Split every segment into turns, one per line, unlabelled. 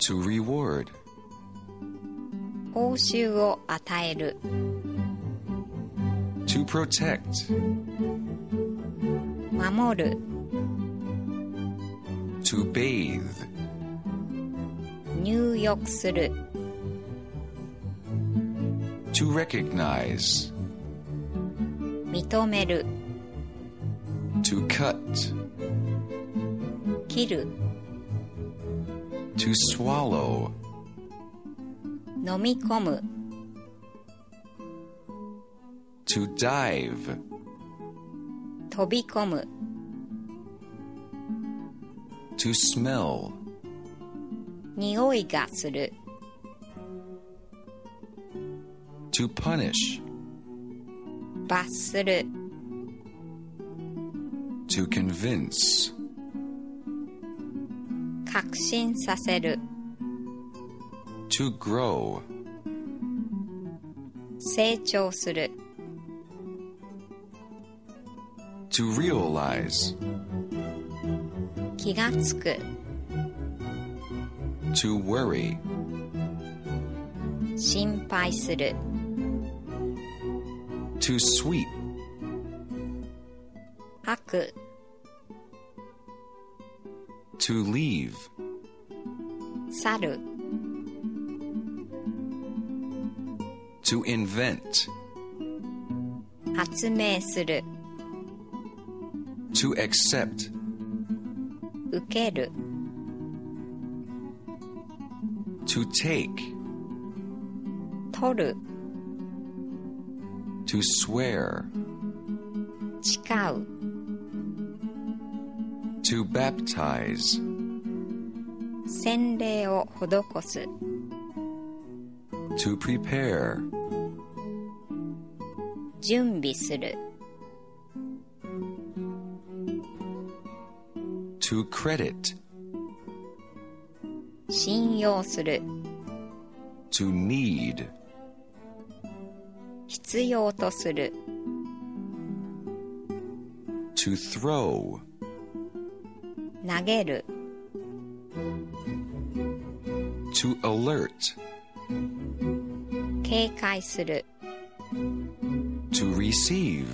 To reward.
報酬を与える
To protect.
守る
To bathe.
入浴する
To recognize.
認める
To cut.
切る
To swallow.
飲み込む
To dive.
飛び込む
To smell.
匂いがする
To punish.
罰する
To convince.
確信させる
To grow.
成長する
To realize.
気がつく
To worry.
心配する
To sweep.
吐く
To leave.
去る
To invent.
発明する
To accept.
受ける
To take.
取る
To swear.
誓う
To baptize.
洗礼を施す
To prepare.
準備する
To credit.
信用する
To need.
必要とする
To throw.
投げる
To alert.
警戒する
To receive.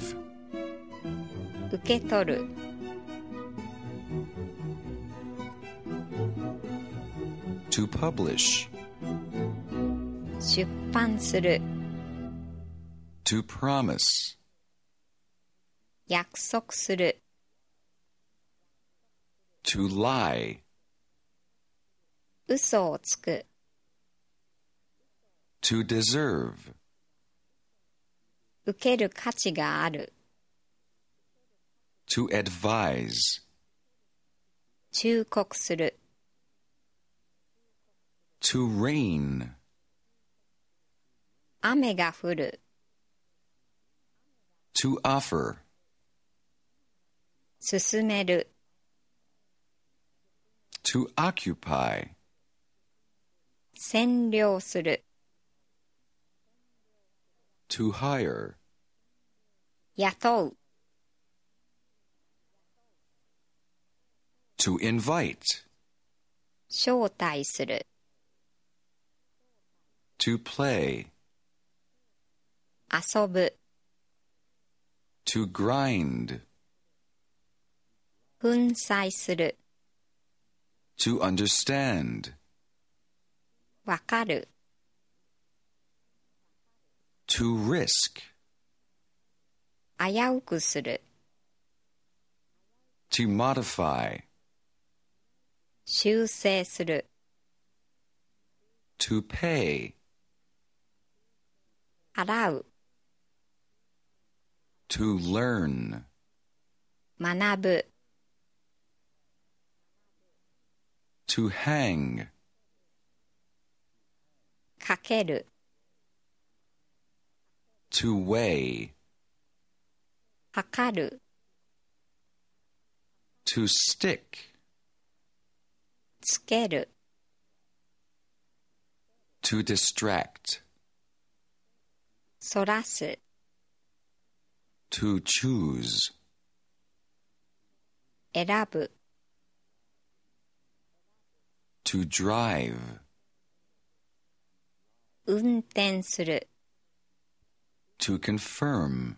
受け取る
To publish.
出版する
To promise.
約束する
To lie.
嘘をつく
To deserve.
受ける価値がある
To advise.
忠告する
To reign.
雨が降る
To offer.
進める
To occupy.
占領する
To hire.
雇う
To invite.
招待する
To play.
遊ぶ
To grind.
粉砕する
To understand.
わかる
To risk.
危うくする
To modify.
修正する
To pay.
払う
To learn.
学ぶ
To hang.
かける
To weigh.
測る
To stick.
つける
To distract.
そらす
To choose.
選ぶ
to to drive,
運転する、
to confirm,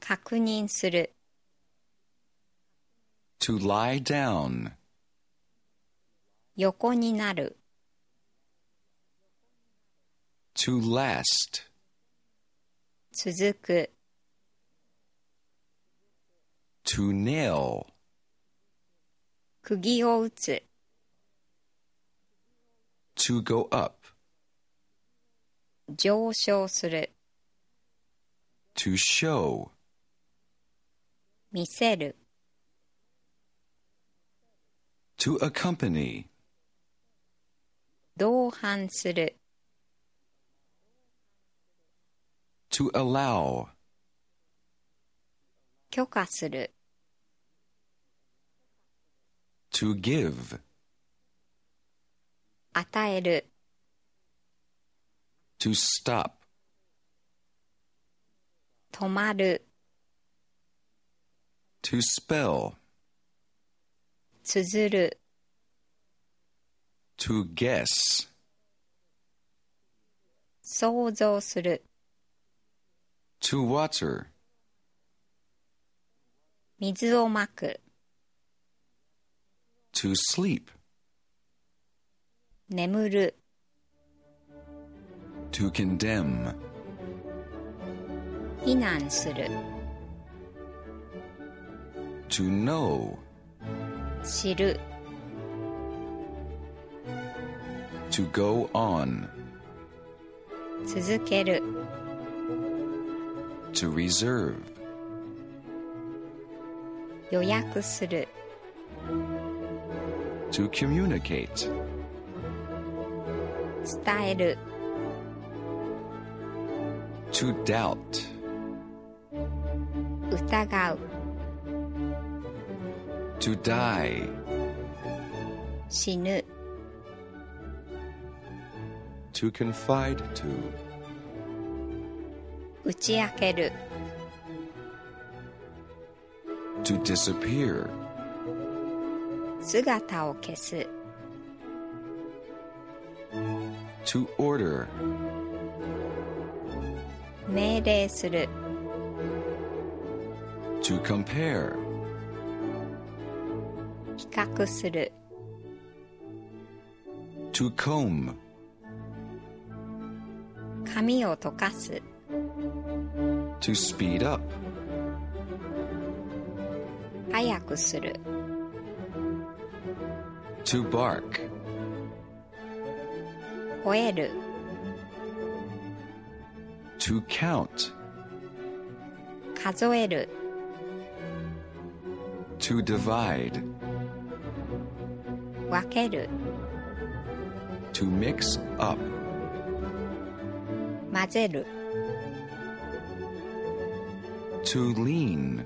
確認する、
to lie down,
横になる、
to last,
続く、
to nail,
釘を打つ、
to go up,
上昇する、
to show,
見せる、
to accompany,
同伴する、
to allow,
許可する、
to give,
与える、
to stop,
止まる、
to spell,
綴る、
to guess,
想像する、
to water,
水をまく、
to sleep,
眠る、
to condemn,
避難する、
to know,
知る、
to go on,
続ける、
to reserve,
予約する、
to communicate,
伝える、
to doubt,
疑う、
to die,
死ぬ、
to confide to,
打ち明ける、
to disappear,
姿を消す、
to order,
命令する、
to compare,
比較する、
to comb,
髪を溶かす、
to speed up,
早くする、
to bark,
吠える、
to count,
数える、
to divide,
分ける、
to mix up,
混ぜる、
to lean,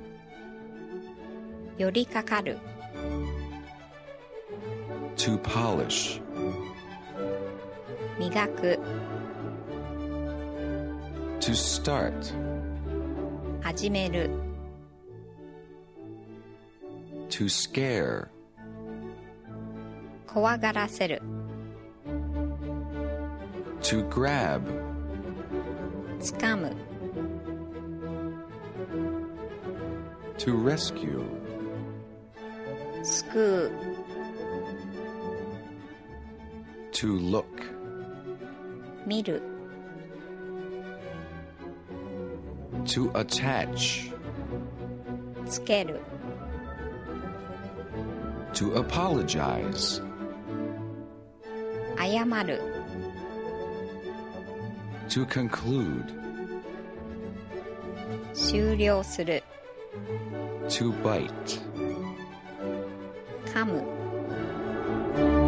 寄りかかる、
to polish,
磨く、
to start,
始める、
to scare,
怖がらせる、
to grab.
掴む、
to rescue,
救
to look,
う、見る、
to attach,
つける、
to apologize,
謝る、
to conclude,
終了する、
to bite.
噛む。